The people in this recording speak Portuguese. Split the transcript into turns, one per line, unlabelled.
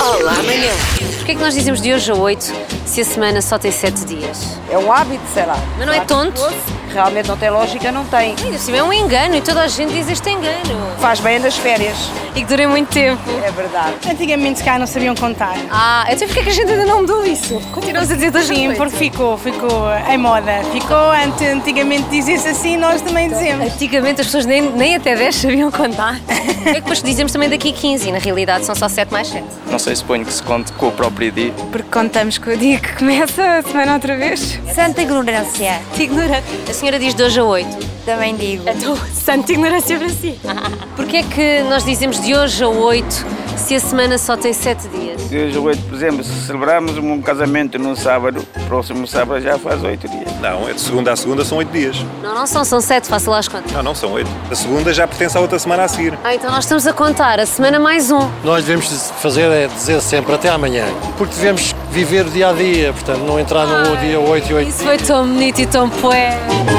Olá, amanhã.
Porquê é que nós dizemos de hoje a 8 se a semana só tem 7 dias?
É um hábito, sei lá.
Mas não é tonto?
Realmente não tem lógica, não tem.
Ainda por cima é um engano e toda a gente diz este engano.
Faz bem nas férias.
E que dura muito tempo.
É verdade.
Antigamente cá não sabiam contar.
Ah, então porquê é que a gente ainda não mudou isso? Continuamos a dizer dois
Sim, porque ficou, ficou em moda. Ficou, ante- antigamente dizia-se assim, nós
Tá.
também dizemos.
Antigamente as pessoas nem, nem até 10 sabiam contar. É que depois dizemos também daqui a 15 e na realidade são só 7 mais 7.
Não sei, suponho que se conte com o próprio dia.
Porque contamos com o dia que começa a semana outra vez.
Santa ignorância,
A senhora diz de hoje a É 8.
também digo.
Então, santa ignorância para si.
Porquê é que nós dizemos de hoje a 8 se a semana só tem 7 dias?
Se hoje, 8 por exemplo, se celebrarmos um casamento no sábado, próximo sábado já faz oito dias.
Não, é de segunda a segunda são oito dias.
Não, não são, são 7, faça lá as contas.
Não, não são oito. A segunda já pertence à outra semana a seguir.
Ah, então nós estamos a contar a semana mais um.
Nós devemos fazer é dizer sempre até amanhã, porque
Ah,
devemos viver o dia a dia, portanto, não entrar no dia 8 e 8
Isso foi tão bonito e tão poético.